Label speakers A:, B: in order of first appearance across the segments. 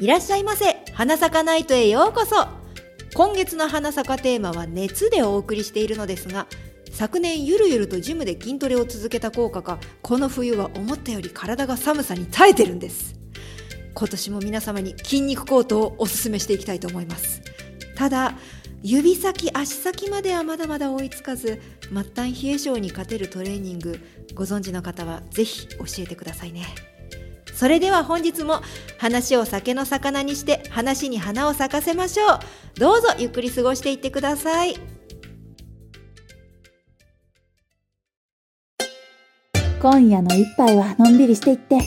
A: いらっしゃいませ花咲かナイトへようこそ今月の花咲かテーマは熱でお送りしているのですが昨年ゆるゆるとジムで筋トレを続けた効果かこの冬は思ったより体が寒さに耐えてるんです今年も皆様に筋肉コートをおすすめしていきたいと思いますただ指先足先まではまだまだ追いつかず末端冷え性に勝てるトレーニングご存知の方はぜひ教えてくださいねそれでは本日も話を酒の魚にして話に花を咲かせましょうどうぞゆっくり過ごしていってください
B: 今夜の一杯はのんびりしていって。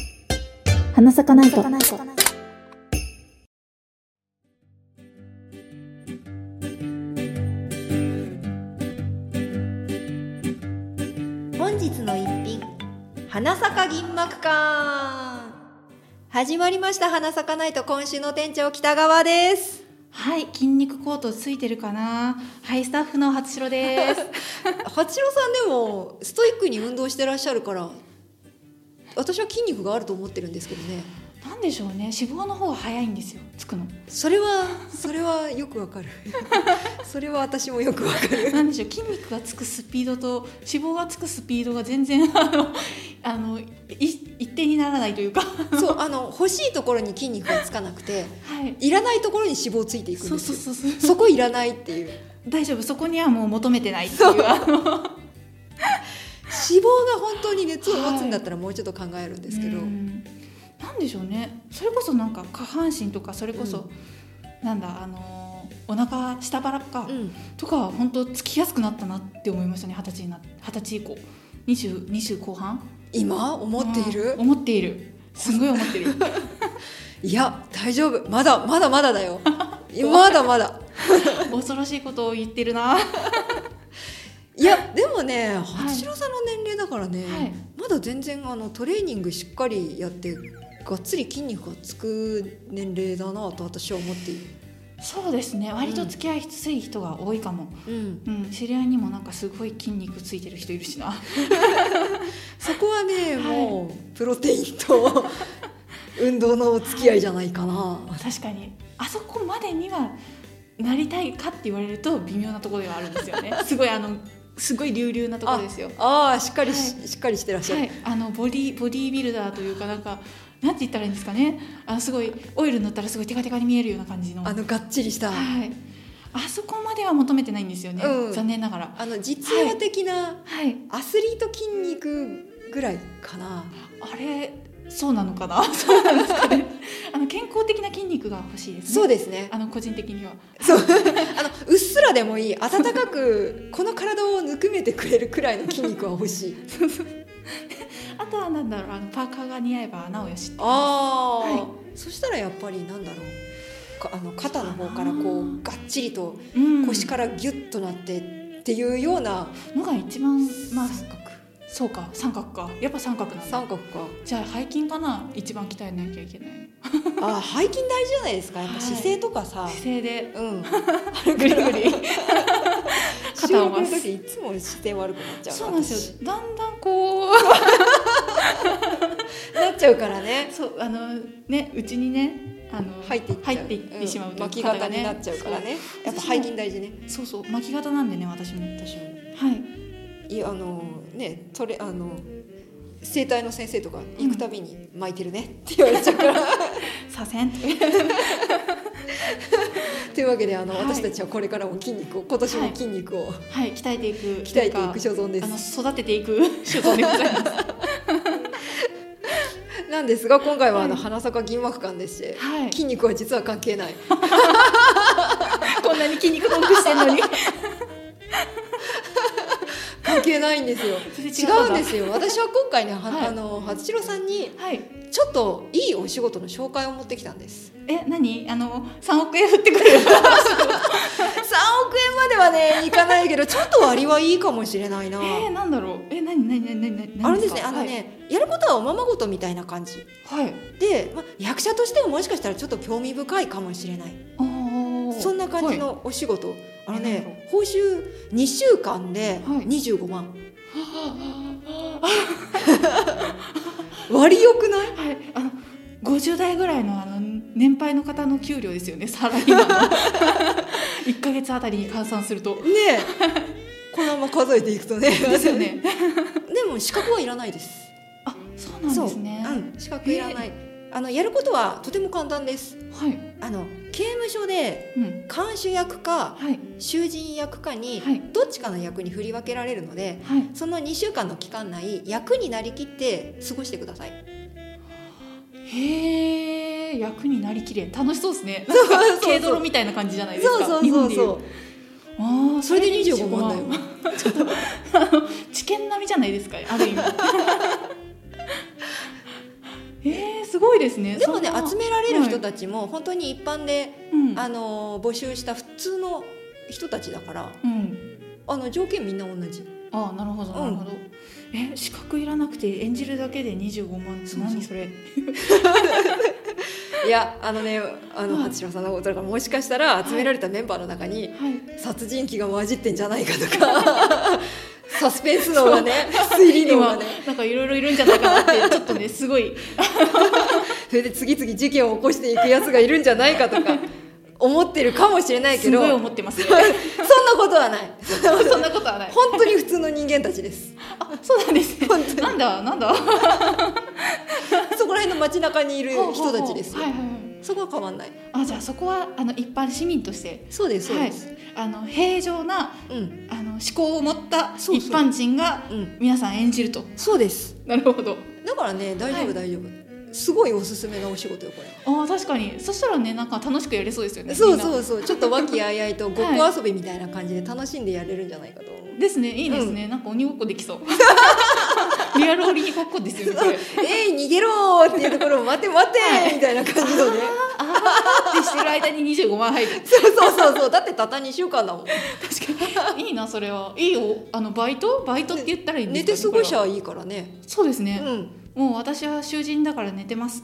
B: 花咲かないと。
A: 本日の一品花咲か銀幕館始まりました花咲かないと今週の店長北川です
C: はい、筋肉コートついてるかな。はい、スタッフの初代です。
A: 八代さんでもストイックに運動してらっしゃるから私は筋肉があると思ってるんですけどね
C: なんでしょうね、脂肪の方が早いんですよ。つくの。
A: それはそれはよくわ かるそれは私もよくわかる
C: なんでしょう、筋肉がつくスピードと脂肪がつくスピードが全然 あのあのい一定にならないというか。は
A: そうあの欲しいところに筋肉がつかなくて
C: い。
A: いらないところに脂肪ついていくん
C: そう
A: です
C: そう
A: よ
C: そうそう。
A: そこいらないっていう
C: 大丈夫、そこにはもう求めてないっていう。あの
A: 脂肪が本当に熱を持つんだったらもうちょっと考えるんですけど、
C: うんなんでしょうね。それこそなんか下半身とかそれこそ、なんだあのお腹下腹か。
A: うん、
C: とかは本当つきやすくなったなって思いましたね二十歳にな二十歳以降二十二十後半
A: 今思っている
C: うん思っているすごい 思ってる
A: いや大丈夫まだまだまだだ よまだまだ
C: 恐ろしいことを言ってるな、はい
A: やでもね八代さんの年齢だからね、
C: い、
A: まだ全然あのトレーニングしっかりやってがっつり筋肉がつく年齢だなと私は思っている、
C: そうですね割と付き合いやすい人が多いかも、
A: うん、
C: うん、知り合いにもなんかすごい筋肉ついてる人いるしな
A: そこはね、
C: はい
A: もうプロテイン と運動のお付き合いじゃないかな、
C: 確かにあそこまでにはなりたいかって言われると微妙なところではあるんです よねすごいあのすごい隆々なところですよ
A: ああしっかりし,、
C: は
A: しっかりしてらっしゃる、
C: はい、あのボディボディービルダーというかなんかなんて言ったらいいんですかねあのすごいオイル塗ったらすごいテカテカに見えるような感じの
A: あのがっちりした、
C: はい、あそこまでは求めてないんですよね、
A: うん
C: 残念ながら
A: あの実用的な
C: はい
A: アスリート筋肉ぐらいかな、
C: あれそうなのかな そうなんですかねあの健康的な筋肉が欲しいですね
A: そう
C: で
A: ですね
C: あの個人的には
A: そうあのうっすらでもいい温かくこの体をぬくめてくれるくらいの筋肉は欲しい
C: あとはなんだろうあのパーカーが似合えばなおよしって
A: ああ、
C: は
A: そしたらやっぱりなんだろうかあの肩の方からこ
C: あ
A: う
C: ー
A: がっちりと
C: うん
A: 腰からギュッとなってっていうような
C: のが一番まあ
A: 三角
C: そうか三角かやっぱ三角なんだ
A: 三角か
C: じゃあ背筋かな一番鍛えなきゃいけない
A: あー背筋大事じゃないですかやっぱ
C: はい
A: 姿勢とかさ、
C: 姿勢で
A: うん
C: ぐ りぐり肩を
A: 回
C: 回
A: す
C: す
A: 時いつも姿勢悪くなっちゃう
C: そうなんですよだんだん こう
A: 私なっちゃうからね
C: そうあのねうちにねあの
A: 入っていっちゃう
C: 入っていってしまうと
A: ん
C: いう
A: 巻き型になっちゃうからねやっぱ背筋大事ね
C: そうそうそう巻き型なんでね私も
A: 私も
C: はい
A: いあのねトレあの整体の先生とか行くたびに巻いてるねって言われちゃうから、
C: 左遷
A: というわけであの、
C: はい
A: 私たちはこれからも筋肉を今年も筋肉を
C: はい鍛えていく
A: 鍛えていく所存で
C: あの
A: す、
C: 育てていく 所存でございます
A: なんですが今回はあの、
C: はい
A: 花咲か銀幕館でして、
C: はい
A: 筋肉は実は関係ない
C: こんなに筋肉トークしてんのに
A: 関係ないんですよ違うんですすよ私は今回ねは、
C: はい
A: あの八代さんに
C: はい
A: ちょっといいお仕事の紹介を持ってきたんです
C: え何あの三億円振ってくれる
A: 3億円まではねいかないけどちょっと割はいいかもしれないな、
C: えー、なんだろうえ何何何何
A: あ
C: 何
A: れですね
C: か
A: あのね、やることはおままごとみたいな感じ
C: はい、はい、
A: で、ま、役者としてももしかしたらちょっと興味深いかもしれない
C: おー
A: そんな感じのお仕事、あの
C: なんだろ
A: ね報酬2週間で
C: はい
A: 25万、割りよくない
C: はい、あの50代ぐらいのあの年配の方の給料ですよねサラリー マンの1か月あたりに換算すると
A: ねえ このまま数えていくとね
C: ですよね
A: でも資格はいらないです
C: あそうなんですね
A: そう、うん、資格いらないあのやることはとても簡単です
C: はい、
A: あの刑務所で
C: うん、
A: 看守役か
C: はい
A: 囚人役かに
C: はい
A: どっちかの役に振り分けられるので
C: はい
A: その2週間の期間内役になりきって過ごしてください
C: へえ役になりきれん楽しそうですね
A: そうそうそう
C: 軽泥みたいな感じじゃないですか日本でいうああ
A: それで25万だよ
C: 知見並みじゃないですかある意 味えー、すごいですね
A: でもね
C: そんな
A: 集められる人たちも本当に一般で、
C: うん
A: あのー募集した普通の人たちだから
C: うん、
A: あの条件みんな同じ
C: ああなるほどなるほど、え資格いらなくて演じるだけで25万って
A: そうそう
C: 何それ
A: いやあのねあの
C: はい
A: 初島さんのことだからもしかしたら集められたメンバーの中に
C: はい
A: 殺人鬼が混じってんじゃないかとか サスペンスのがね推理のが
C: 今
A: ね
C: なんかいろいろいるんじゃないかなってちょっとねすごい
A: それで次々事件を起こしていくやつがいるんじゃないかとか 思ってるかもしれないけ
C: す
A: ど
C: ごい
A: そんな
C: 思ってますね
A: ことはない
C: そんなことはな い
A: 本当に普通の人間たちです
C: そうなんですね
A: 本当に
C: なんだなんだ
A: そこら辺の街中にいる人たちですよ
C: はいはいはい
A: そこは変わんない
C: あじゃあそこはあの一般市民として
A: そうですそう
C: は
A: で
C: い
A: す、、
C: あの平常な
A: うん
C: あの思考を持った
A: そう
C: 一
A: そう
C: 般人が
A: うん
C: 皆さん演じると
A: そうです
C: なるほど
A: だからね大丈
C: は
A: 夫
C: い
A: 大丈夫、すごいおすすめなお仕事よこれ
C: あー確かにそしたらねなんか楽しくやれそうですよね
A: そうそううそうちょっと和気あいあいとごっこ遊びみたいな感じで楽しんでやれるんじゃないかと思う、
C: ですねいいですね、なんか鬼ごっこできそう リアル鬼ごっこですよねこれ
A: えい逃げろーっていうところを待て待てーみたいな感じのね
C: ってしてる間に25万入る
A: そうそうそうそうだってたった2週間だもん
C: 確かにいいなそれはいいよあのバイトバイトって言ったらいいんで
A: 寝
C: す
A: て
C: か、ね、
A: 過ごしち
C: これは
A: ゃいいからね
C: そうです
A: う
C: ね、
A: ん
C: もう私は囚人だから寝てます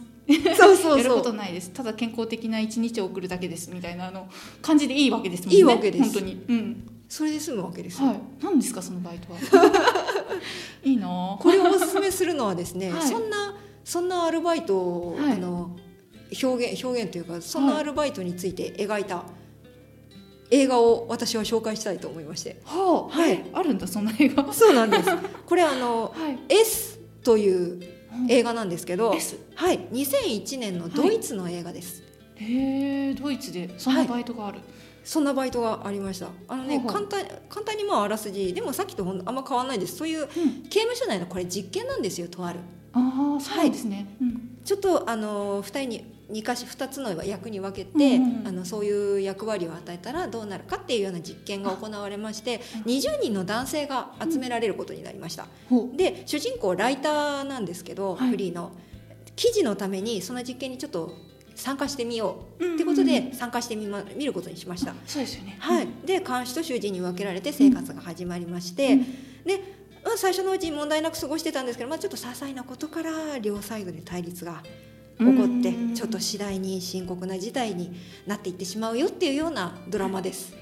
A: そう そう
C: やる
A: そ
C: こと
A: う
C: ないですただ健康的な一日を送るだけですみたいなあの感じでいいわけですもんね
A: いいわけです
C: 本当にうん
A: それで済むわけですよ、
C: はい何ですかそのバイトは いいなぁ
A: これをおすすめするのはですね、
C: はい
A: そんなそんなアルバイトを、
C: はい
A: あの表現表現というかそんなアルバイトについて描いた映画を私は紹介したいと思いまして
C: はあ、
A: は
C: はいい、あるんだそんな映画は
A: そうなんですこれあの「
C: い
A: S」という映画なんですけど、
C: S
A: はい、2001年のドイツの映画です、
C: へえドイツでそんなバイトがある、
A: そんなバイトがありましたあのね
C: ほうほ
A: 簡単簡単にまああらすじでもさっきとほんあんま変わらないですそういう
C: うん
A: 刑務所内のこれ実験なんですよとある
C: ああそうなんですね、うん
A: ちょっとあの2人に2かし2つの役に分けて、
C: うんうん
A: あのそういう役割を与えたらどうなるかっていうような実験が行われまして
C: あ
A: 20人の男性が集められることになりました、
C: ほ
A: で主人公ライターなんですけど、
C: はい
A: フリーの記事のためにその実験にちょっと参加してみよ
C: う
A: う
C: っ
A: ってことで参加してみ、ま、見ることにしました、
C: そうですよね
A: はい、で監視と囚人に分けられて生活が始まりまして、
C: うん
A: で、まあ、最初のうち問題なく過ごしてたんですけど、まあ、ちょっと些細なことから両サイドで対立が起こって
C: うん
A: ちょっと次第に深刻な事態になっていってしまうよっていうようなドラマです。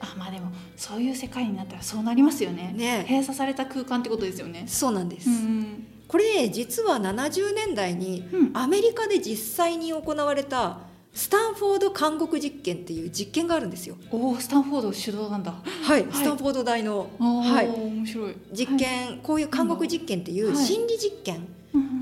C: あまあでもそういう世界になったらそうなりますよね
A: ね
C: 閉鎖された空間ってことですよね
A: そうなんです、
C: うん
A: これ実は70年代に
C: うん
A: アメリカで実際に行われたスタンフォード監獄実験っていう実験があるんですよ。
C: おおスタンフォード主導なんだ
A: はい、
C: い
A: スタンフォード大の、
C: ああ、
A: はい
C: 面白い
A: 実、験、こういう監獄実験っていう
C: はい
A: 心理実験、
C: はい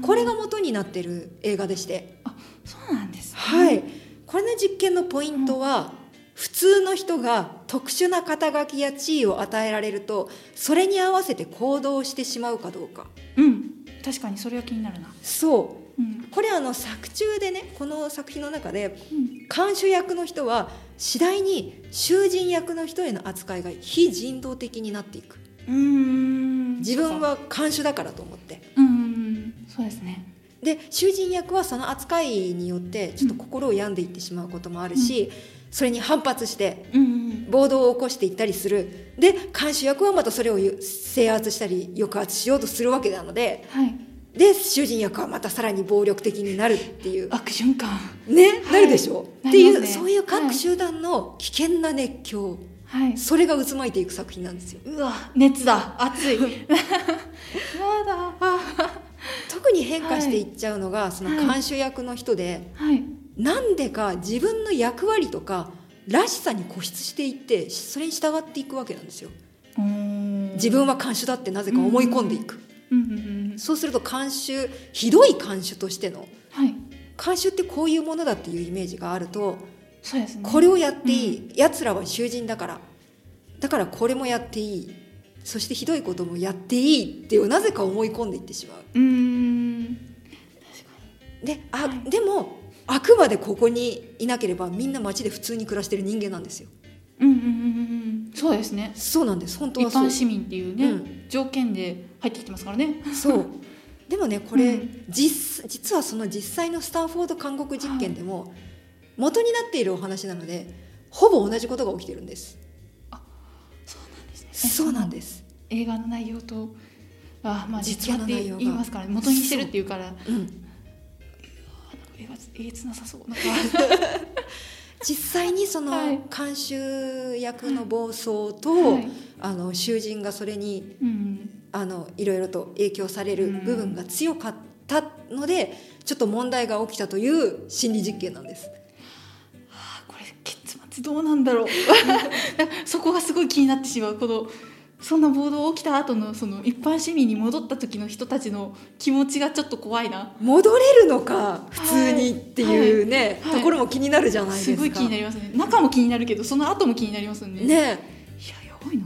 A: これが元になってる映画でして、
C: そうなんですね、
A: はい、これの実験のポイントは、普通の人が特殊な肩書きや地位を与えられるとそれに合わせて行動してしまうかどうか
C: うん、確かにそれは気になるな。
A: そ
C: うん
A: うこれあの作中でねこの作品の中で
C: うん、
A: 看守役の人は次第に囚人役の人への扱いが非人道的になっていく
C: うん
A: 自分、は看守だからと思って
C: うん、そうですね。
A: で囚人役はその扱いによってちょっと心を病んでいってしまうこともあるし、それに反発して
C: うん、
A: 暴動を起こしていったりするで監視役はまたそれをゆ制圧したり抑圧しようとするわけなので
C: はい、
A: で囚人役はまたさらに暴力的になるっていう
C: 悪循環。
A: ね、なるでしょ
C: な
A: ってい
C: りますね
A: う、そういう
C: は
A: 各
C: い
A: 集団の危険な熱狂
C: はい。
A: それが渦巻いていく作品なんですよ
C: うわ、熱だ、熱い。やだ。
A: 特に変化していっちゃうのが、その監守役の人で、
C: はい。
A: なんでか自分の役割とからしさに固執していってそれに従っていくわけなんですよ自分は看守だってなぜか思い込んでいく、
C: うんうんうん、
A: そうすると看守ひどい看守としての
C: はい
A: 看守ってこういうものだっていうイメージがあると
C: そうですね
A: これをやっていい、やつらは囚人だからだからこれもやっていいそしてひどいこともやっていいっていうなぜか思い込んでいってしまう
C: うーん確か
A: であ、
C: はい
A: でもあくまでここにいなければみんな街で普通に暮らしてる人間なんですよ
C: にうんうんうんうんそうですね
A: そうなんです本当
C: 一
A: はそう
C: 般市民っていうね、
A: う
C: 条件で入ってきてますからね
A: そうでもねこれ、
C: うん
A: 実実はその実際のスタンフォード監獄実験でも、元になっているお話なのでほぼ同じことが起きてるんです
C: そうなんですね
A: そうなんです、
C: 映画の内容とあまあ
A: 実
C: 実
A: 話
C: 話
A: の
C: っ
A: 内
C: て
A: 容が
C: 言いますからね元にしてるっていうから
A: うん、
C: えがえげつなさそうなんか
A: 実際にその
C: はい
A: 監修役の暴走と、
C: はい
A: あの囚人がそれに
C: うん
A: あのいろいろと影響される部分が強かったので、ちょっと問題が起きたという心理実験なんです。
C: あこれ結末どうなんだろう そこがすごい気になってしまうこのそんな暴動起きた後のその一般市民に戻った時の人たちの気持ちがちょっと怖いな
A: 戻れるのか普通にっていうね、
C: はいはい
A: ところも気になるじゃないですか。
C: すごい気になりますね中も気になるけどその後も気になりますよねいや
A: ね
C: やばいな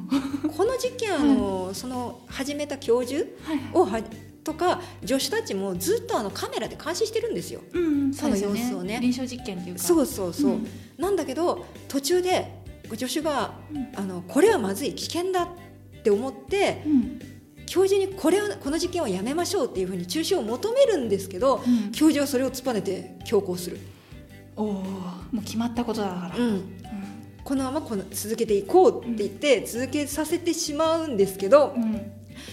A: この事件あの、その始めた教授
C: はいはい
A: をはとか助手たちもずっとあのカメラで監視してるんですよ。
C: うんそうですよ
A: その様子をね
C: ね臨床実験っていうか
A: そううそうそう、
C: ん
A: なんだけど途中で助手が、
C: うん
A: あのこれはまずい危険だって思って
C: うん
A: 教授にこれをこの実験をやめましょうっていうふうに中止を求めるんですけど
C: うん
A: 教授はそれを突っぱねて強行する、
C: おおもう決まったことだから、
A: うん、
C: う
A: このままこの続けていこうって言って続けさせてしまうんですけど
C: んうん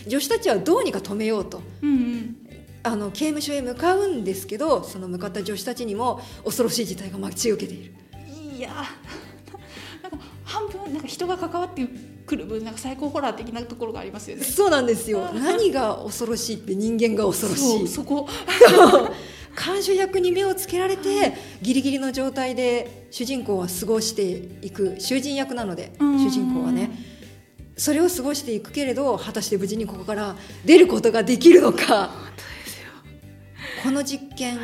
A: 助手たちはどうにか止めようと
C: うん
A: あの刑務所へ向かうんですけどその向かった助手たちにも恐ろしい事態が待ち受けている
C: いや なんか半分なんか人が関わってくる分なんか最高ホラー的なところがありますよね
A: そうなんですよ何が恐ろしいって人間が恐ろし
C: そう
A: い
C: そこ
A: 看守役に目をつけられてギリギリの状態で主人公は過ごしていく囚人役なので主人公はねそれを過ごしていくけれど果たして無事にここから出ることができるのかこの実験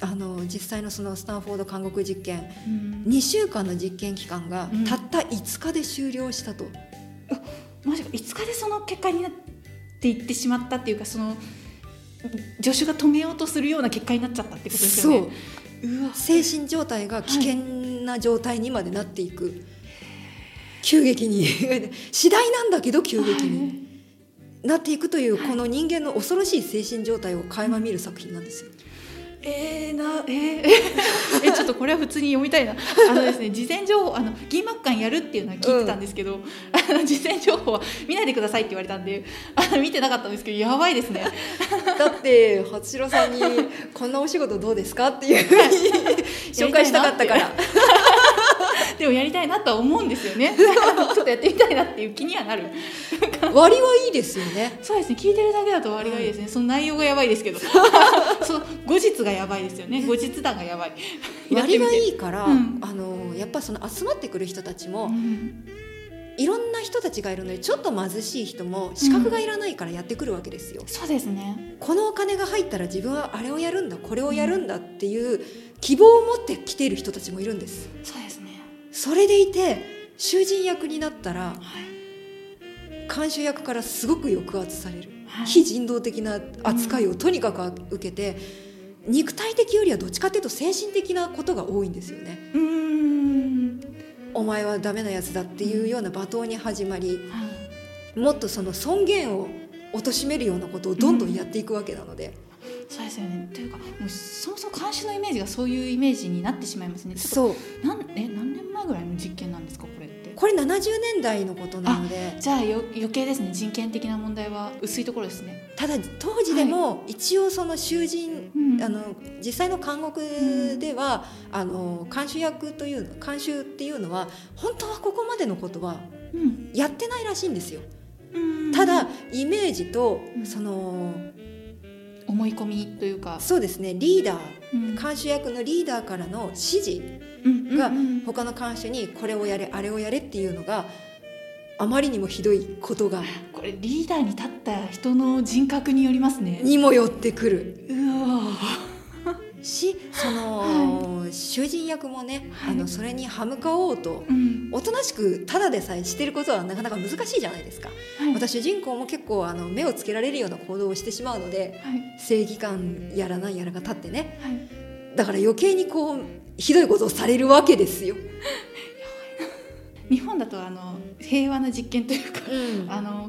A: あの実際のそのスタンフォード監獄実験
C: うん
A: 2週間の実験期間が
C: うん
A: たった5日で終了したと、
C: マジか5日でその結果になっていってしまったっていうかその助手が止めようとするような結果になっちゃったってことですよねうわ
A: 精神状態が危険な状態にまでなっていく、急激に 次第なんだけど急激に、なっていくというこの人間の恐ろしい精神状態を垣間見る作品なんですよ。
C: えー、なえー、 えちょっとこれは普通に読みたいなあのですね事前情報あの銀幕館やるっていうのは聞いてたんですけど、あの事前情報は見ないでくださいって言われたんであの見てなかったんですけどやばいですね
A: だって初代さん に「こんなお仕事どうですか?」っていうふうに紹介したかったから
C: でもやりたいなとは思うんですよ ねちょっとやってみたいなっていう気にはなる
A: 割はいいですよね。
C: そうですね聞いてるだけだと割がいいですね、その内容がやばいです けどそう後日がやばいですよね後日談がやば い
A: 割が
C: い、
A: いいから、
C: うん
A: あのやっぱその集まってくる人たちも、
C: うん
A: いろんな人たちがいるのでちょっと貧しい人も資格がいらないからやってくるわけですよ。
C: そうですね
A: このお金が入ったら自分はあれをやるんだこれをやるんだっていう希望を持って来ている人たちもいるんです
C: そうですね
A: それでいて囚人役になったら
C: はい
A: 看守役からすごく抑圧される、
C: はい
A: 非人道的な扱いをとにかく受けて、肉体的よりはどっちかっていうと精神的なことが多いんですよね
C: うーん
A: お前はダメなやつだっていうような罵倒に始まりもっとその尊厳を貶めるようなことをどんどんやっていくわけなので、
C: そうですよねというかもうそもそも監視のイメージがそういうイメージになってしまいますねち
A: そ
C: ょっ
A: う
C: となんえ何年前ぐらいの実験なんですかこれって
A: これ70年代のことなので
C: じゃあよ余計ですね人権的な問題は薄いところですね、
A: ただ当時でも一応その囚人、
C: うん
A: あの実際の監獄では、あの監守役というの監修っていうのは本当はここまでのことは
C: うん
A: やってないらしいんですよ。
C: うん
A: ただイメージと
C: うん
A: その
C: 思い込みというか、
A: そうですねリーダー
C: うん
A: 監修役のリーダーからの指示
C: うん
A: が
C: うん
A: 他の監修にこれをやれあれをやれっていうのがあまりにもひどいことが
C: これリーダーに立った人の人格によりますね。
A: にも寄ってくる
C: うわ
A: しその、囚人役もね、
C: はい
A: あのそれに歯向かおうと
C: うん
A: おとなしくただでさえしてることはなかなか難しいじゃないですか、
C: はい
A: また主人公も結構あの目をつけられるような行動をしてしまうので
C: はい
A: 正義感やらなんやらが立ってね
C: はい
A: だから余計にこうひどいことをされるわけですよ。
C: 日本だとあの平和な実験というか、
A: うん
C: あの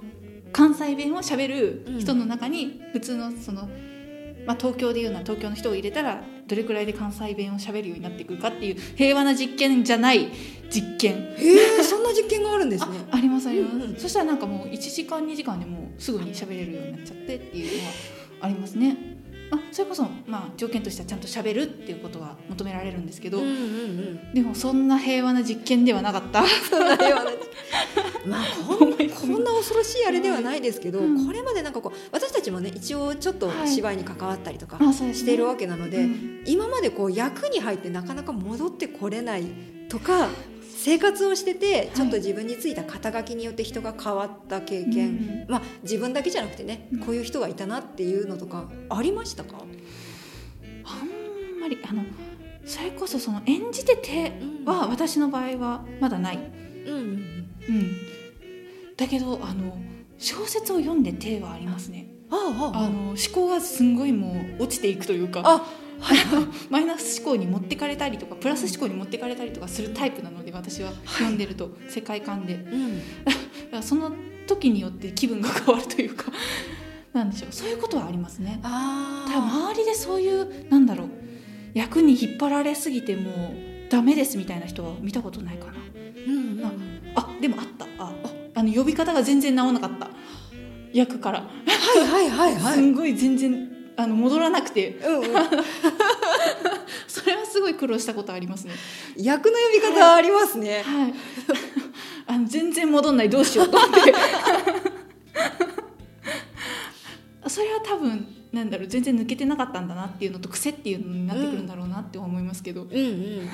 C: 関西弁をしゃべる人の中に普通のその、まあ、東京でいうのは東京の人を入れたらどれくらいで関西弁をしゃべるようになってくるかっていう平和な実験じゃない実験
A: へえそんな実験があるんですね。
C: ありますあります、
A: うんうん
C: そしたらなんかもう1時間2時間でもうすぐにしゃべれるようになっちゃってっていうのはありますね。あそれこそ、まあ、条件としてはちゃんとしゃべるっていうことが求められるんですけど、
A: うんうんうん。
C: でもそんな平和な実験ではなかった。
A: そんなような実験。まあこん
C: 思い込
A: こ
C: み
A: んな恐ろしいあれではないですけど、
C: うん
A: これまでなんかこう私たちもね一応ちょっと
C: はい
A: 芝居に関わったりとか
C: あそうですね
A: しているわけなので、
C: うん
A: 今までこう役に入ってなかなか戻ってこれないとか。生活をしててちょっと自分についた肩書きによって人が変わった経験、まあ自分だけじゃなくてね
C: うん
A: こういう人がいたなっていうのとかありましたか、
C: あんまりあのそれこそその演じてては私の場合はまだない、
A: うんうんうん、
C: うん、だけどあの小説を読んでてはありますね
A: あああ
C: あ
A: あ
C: の思考がすんごいもう落ちていくというか
A: あ
C: マイナス思考に持ってかれたりとかプラス思考に持ってかれたりとかするタイプなので私は読んでると世界観で
A: うん、
C: だからその時によって気分が変わるというかなんでしょうそういうことはありますね
A: あ
C: ただ周りでそういうなんだろう役に引っ張られすぎてもうダメですみたいな人は見たことないかな
A: うん
C: ああでもあったああの呼び方が全然直んなかった役から、
A: はいはいはいは
C: す
A: い。
C: んごい全然あの戻らなくて
A: うんうん、
C: それはすごい苦労したことありますね
A: 役の呼び方ありますね。
C: はい あの全然戻んないどうしようと思って それは多分なんだろう全然抜けてなかったんだなっていうのと癖っていうのになってくるんだろうなって思いますけど、
A: うんうん、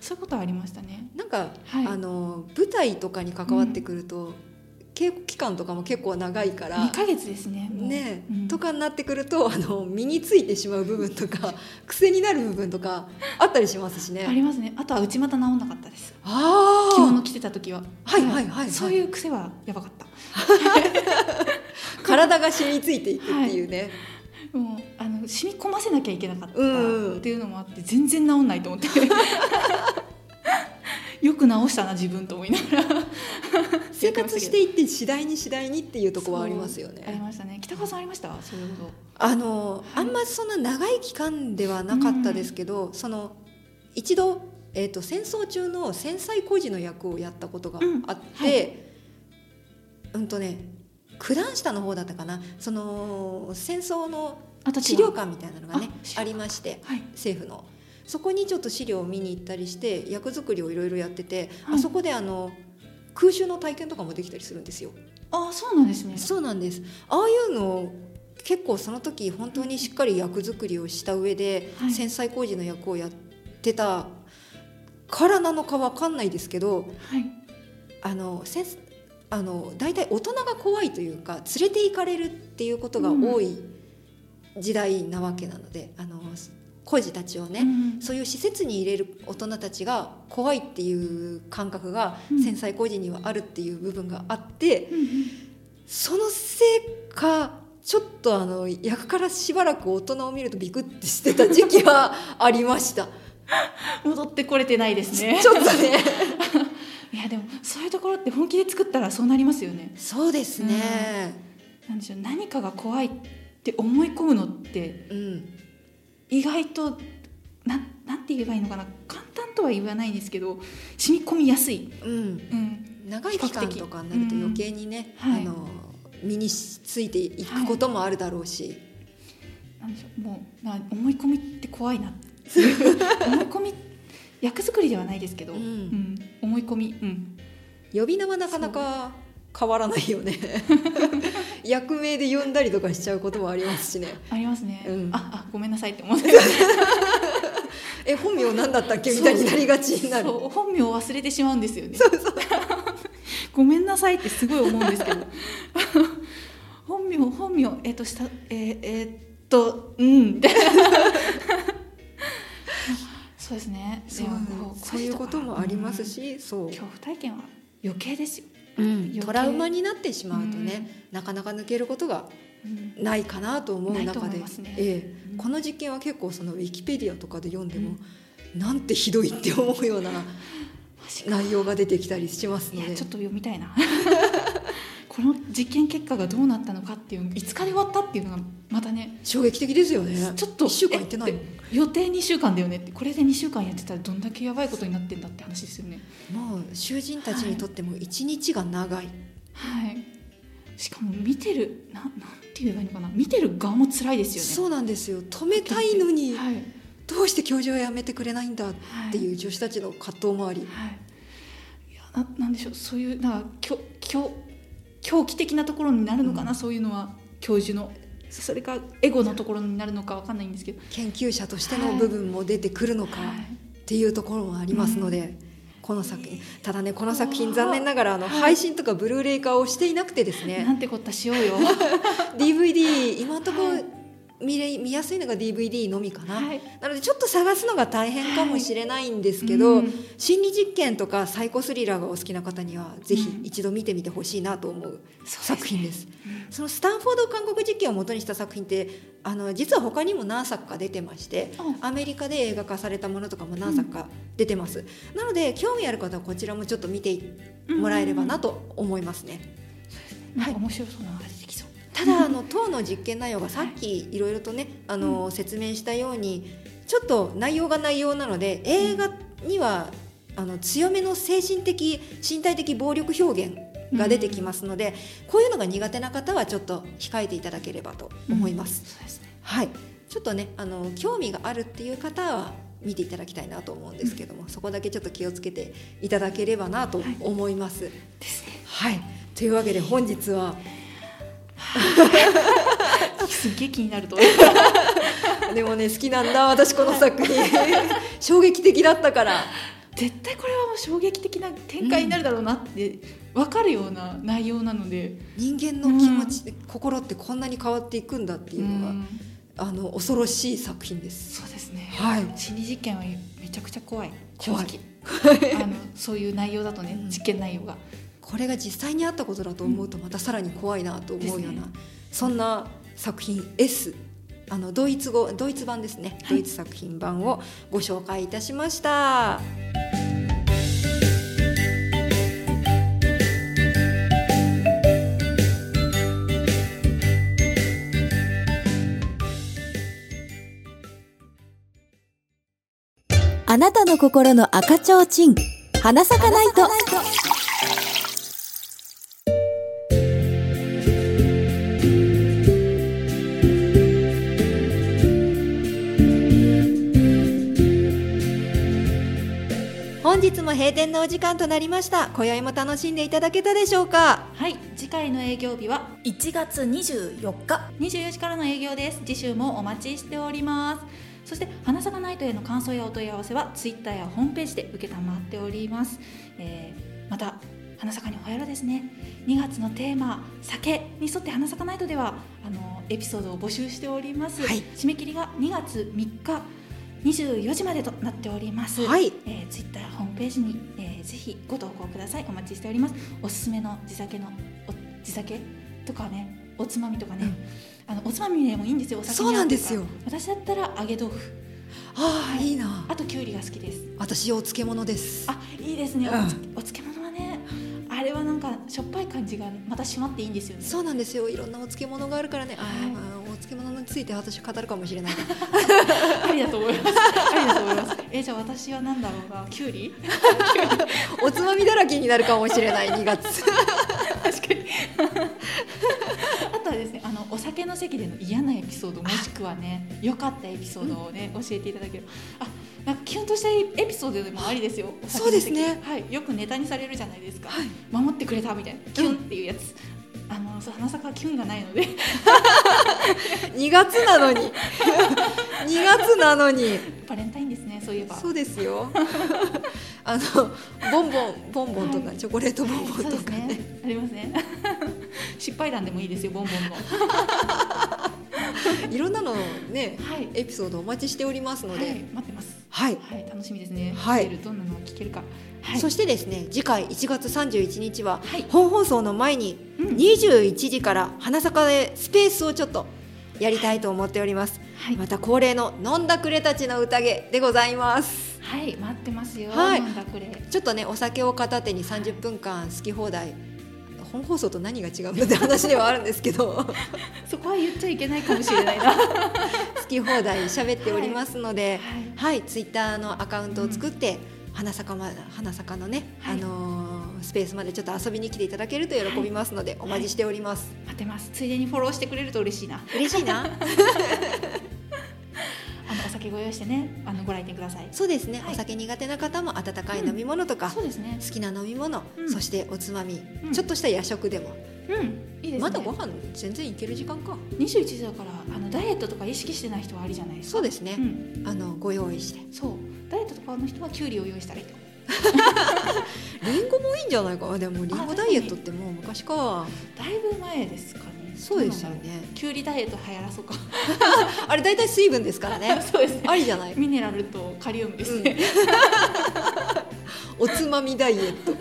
C: そういうことはありましたね。
A: なんか、
C: はい
A: あの舞台とかに関わってくると、稽古期間とかも結構長いから
C: 2。ヶ月ですね。もう
A: ね
C: うん
A: とかになってくるとあの身についてしまう部分とか癖になる部分とかあったりしますしね。
C: ありますね。あとは内股治んなかったです。
A: あ
C: 着物
A: あ
C: 着てた時は。
A: はいはいはいはい
C: そういう癖はやばかった。
A: 体が染みついていくっていうね。
C: もうあの染み込ませなきゃいけなかったっ
A: うん
C: ていうのもあって全然治んないと思って。 よく治したな自分と思いながら
A: 生活していって次第に次第にっていうところはありますよね。
C: ありましたね北川さんありましたそういうこ
A: あのあんまそんな長い期間ではなかったですけど、その一度、えー、と戦争中の戦災孤児の役をやったことがあって、うん
C: うんは
A: とね九段下の方だったかなその戦争の
C: とあと
A: 資料館みたいなのがね
C: あ資料
A: あ
C: 館
A: りまして
C: はい
A: 政府のそこにちょっと資料を見に行ったりして役作りをいろいろやってて、
C: はい
A: あそこであの空襲の体験とかもできたりするんですよ。
C: あそうなんですね
A: そうなんですああいうのを結構その時本当にしっかり役作りをした上で、
C: はい
A: 戦災工事の役をやってたからなのかわかんないですけど
C: はい
A: あのせんあの大体大人が怖いというか連れて行かれるっていうことが多い時代なわけなので、あの孤児たちをね、
C: うん
A: そういう施設に入れる大人たちが怖いっていう感覚が
C: うん
A: 戦災工事にはあるっていう部分があって。
C: うんうん
A: そのせいかちょっとあの役からしばらく大人を見るとビクってしてた時期はありました
C: 戻ってこれてないです ね
A: ちょっとね
C: いやでもそういうところって本気で作ったらそうなりますよね
A: そうですね
C: なんでしょう何かが怖いって思い込むのって
A: うん、
C: 意外とななんて言えばいいのかな簡単とは言わないんですけど染み込みやすい、
A: うん、
C: うん、
A: 長い期間とかになると余計にね、
C: うんはい
A: あの身についていくこともあるだろうし、
C: なんでしょうもうな思い込みって怖いなっていう思い込み役作りではないですけど、
A: うん
C: ん思い込み、うん、
A: 呼び名はなかなか変わらないよねい役名で呼んだりとかしちゃうこともあります しね
C: ありますね、
A: うん
C: ああごめんなさいって思って
A: え本名なんだったっけみたいになりがちになる
C: そう本名を忘れてしまうんですよねそうそう ごめんなさいってすごい思うんですけど 本名本名えっ、としたえーえーっとうん みたいなそうですね
A: そう
C: でもこ
A: そういうこともあります、し、そう
C: うん、恐怖体験は余計ですよ、
A: うん、
C: 計
A: トラウマになってしまうとね、なかなか抜けることが
C: うん
A: ないかなと思う
C: ないと
A: 中
C: 思
A: で、
C: いますね
A: ええ
C: うん
A: この実験は結構そのウィキペディアとかで読んでも、なんてひどいって思うような
C: マジか
A: 内容が出てきたりします
C: い
A: の
C: や
A: で
C: ちょっと読みたいな この実験結果がどうなったのかっていう5日で終わったっていうのがまたね
A: 衝撃的ですよね
C: ちょっと
A: 1週間行ってない
C: えて予定2週間だよねってこれで2週間やってたらどんだけやばいことになってんだって話ですよね
A: もう囚人たちにとっても一日が長い、
C: はいしかも見てるななんて言えばいいのかな見てる側も辛いですよね
A: そうなんですよ止めたいのに
C: はい、はい
A: どうして教授はやめてくれないんだっていう女子たちの葛藤もあり、
C: はい、いやななんでしょうそういうなんかきょきょ狂気的なところになるのかな、そういうのは教授のそれかエゴのところになるのかわかんないんですけど、
A: 研究者としての部分も出てくるのか
C: はい
A: っていうところもありますので、この作品ただねこの作品残念ながらあの
C: はい
A: 配信とかブルーレイ化をしていなくてです
C: な
A: ね
C: んてこったしようよ
A: DVD 今のとこ
C: はい
A: ろ見れ見やすいのが DVD のみかな、
C: はい
A: なのでちょっと探すのが大変かもしれないんですけど、
C: うん
A: 心理実験とかサイコスリラーがお好きな方にはぜひ
C: うん
A: 一度見てみてほしいなと思う
C: そう
A: 作
C: ですね
A: 品です。そのスタンフォード韓国実験を元にした作品ってあの実は他にも何作か出てまして
C: あ
A: アメリカで映画化されたものとかも何作か出てます、なので興味ある方はこちらもちょっと見てもらえればなと思いますね、
C: なんか面白そうなのが出てきそう
A: ただあの当の実験内容がさっきいろいろとねあの、説明したようにちょっと内容が内容なので映画にはあの強めの精神的身体的暴力表現が出てきますので、こういうのが苦手な方はちょっと控えていただければと思います。
C: そうですね
A: はい、ちょっとねあの興味があるっていう方は見ていただきたいなと思うんですけども、そこだけちょっと気をつけていただければなと思います。
C: ですね
A: はい、というわけで本日は、
C: すっげえ気にな ると
A: でもね好きなんだ私この作品衝撃的だったから
C: 絶対これはもう衝撃的な展開になるだろうなって分かるような内容なので、
A: 人間の気持ち、心ってこんなに変わっていくんだっていうのが、
C: うん
A: あの恐ろしい作品です。
C: そうですね、
A: はい
C: 心理実験はめちゃくちゃ怖い正
A: 怖
C: 直
A: い
C: あのそういう内容だとね、
A: うん
C: 実験内容が
A: これが実際にあったことだと思うとまたさらに怖いなと思うような、
C: ですね
A: そんな作品 S あのドイツ語ドイツ版ですね、
C: は
A: ド
C: い
A: イツ作品版をご紹介いたしました。
B: あなたの心の赤ちょうちん。花咲かないと。
A: 本日も閉店のお時間となりました今宵も楽しんでいただけたでしょうか
C: はい次回の営業日は
D: 1月24日
C: 24時からの営業です次週もお待ちしておりますそして「花咲かナイト」への感想やお問い合わせはツイッターやホームページで受けたまっております、えーまた花咲かにおやろですね2月のテーマ「酒」に沿って「花咲かナイト」ではあのエピソードを募集しております、
A: はい
C: 締め切りが2月3日24時までとなっております、
A: はい
C: えー、ツイッターホームページに、えー、ぜひご投稿くださいお待ちしておりますおすすめの地酒のお地酒とかねおつまみとかね、あのおつまみでもいいんですよお酒に
A: そ
C: 合
A: うなんですよ
C: とか私だったら揚げ豆腐
A: ああいいな
C: あときゅうりが好きです
A: 私お漬物です
C: あいいですね、
A: うん
C: おつお漬物はねあれはなんかしょっぱい感じがまた締まっていいんですよね
A: そうなんですよいろんなお漬物があるからねあー、
C: はい
A: まあお漬物について私語るかもしれない
C: ありだと思いますありだと思いますえじゃあ私はなんだろうなきゅうり
A: おつまみだらけになるかもしれない2月
C: 確かにあとはですねあのお酒の席での嫌なエピソードもしくはね良かったエピソードをね、教えていただけるあなんかキュンとしたエピソードでもありですよお酒の席
A: そうですね
C: はいよくネタにされるじゃないですか、
A: はい
C: 守ってくれたみたいなキュンっていうやつ、あのそう花咲はキュンがないので
A: 2月なのに 2月なのに
C: バレンタインですねそういえば
A: そうですよ あのボンボンボンボンとかチョコレートボンボン
C: そう
A: と
C: で
A: か
C: す
A: ね
C: ねありますね 失敗談でもいいですよボンボンの
A: いろんなのね
C: はい、
A: エピソードお待ちしておりますの
C: は
A: で
C: い、待ってます
A: はい
C: はい楽しみですね
A: はい
C: 聞けるどんなのを聞けるかはい
A: そしてですね次回1月31日は
C: はい
A: 本放送の前に
C: うん
A: 21時から花坂でスペースをちょっとやりたいと思っております、
C: はい
A: また恒例の飲んだくれたちの宴でございます
C: はい待ってますよ、
A: はい
C: 飲んだくれ
A: ちょっとねお酒を片手に30分間好き放題本放送と何が違うのって話ではあるんですけ ど好
C: そこは言っちゃいけないかもしれない なは
A: き放題喋っておりますので、
C: い
A: はい、ツイッターのアカウントを作って、花坂ま花坂のね、
C: は
A: あ
C: い
A: のースペースまでちょっと遊びに来ていただけると喜びますので、お待ちしております。
C: 待ってますついでにフォローしてくれると嬉しいな
A: 嬉しいな。
C: あのお酒ご用意してねあのご来店ください
A: そうですね、
C: はい
A: お酒苦手な方も温かい飲み物とか、
C: そうですね
A: 好きな飲み物、
C: うん
A: そしておつまみ、
C: うん
A: ちょっとした夜食でも、
C: うんいいですね
A: まだご飯全然いける時間か。
C: 21時だからあのダイエットとか意識してない人はありじゃないですか
A: そうですね、
C: うん、
A: あのご用意して。
C: そうダイエットとかの人はキュウリを用意したらいいと
A: リンゴもいいんじゃないか。あでもリンゴダイエットってもう昔か。
C: だいぶ前ですかね
A: そうですよ
C: どなんだろ
A: ね。
C: うキュウリダイエット流行らそうか
A: あれ大体水分ですからね。
C: そうですね
A: ありじゃない。
C: ミネラルとカリウムですね、
A: おつまみダイエット。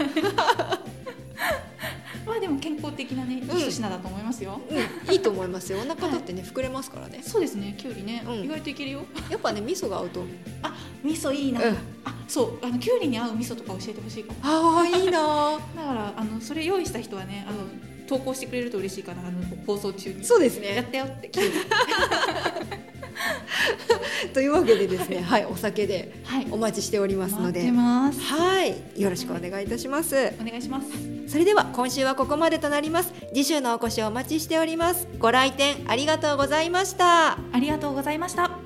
C: まあでも健康的なね一品だと思いますよ、
A: うん、いいと思いますよ。お腹だってね、膨れますからね。
C: そうですねキュウリね、
A: うん
C: 意外といけるよ
A: やっぱね、味噌が合うと。
C: 味噌いいな、
A: うん
C: あそうあのキュウリに合う味噌とか教えてほしいかも
A: ああ、いいなー。
C: だからあのそれ用意した人はねあの投稿してくれると嬉しいかなあの放送中に
A: そうです
C: やっ
A: ね。
C: たよってキュウリ
A: というわけでですね、はい、お酒で
C: はい
A: お待ちしておりますの
C: 待っ
A: で
C: て。ます
A: はい、よろしくお願いいたします。
C: お願いします
A: それでは、今週はここまでとなります。次週のお越しをお待ちしております。ご来店ありがとうございました。
C: ありがとうございました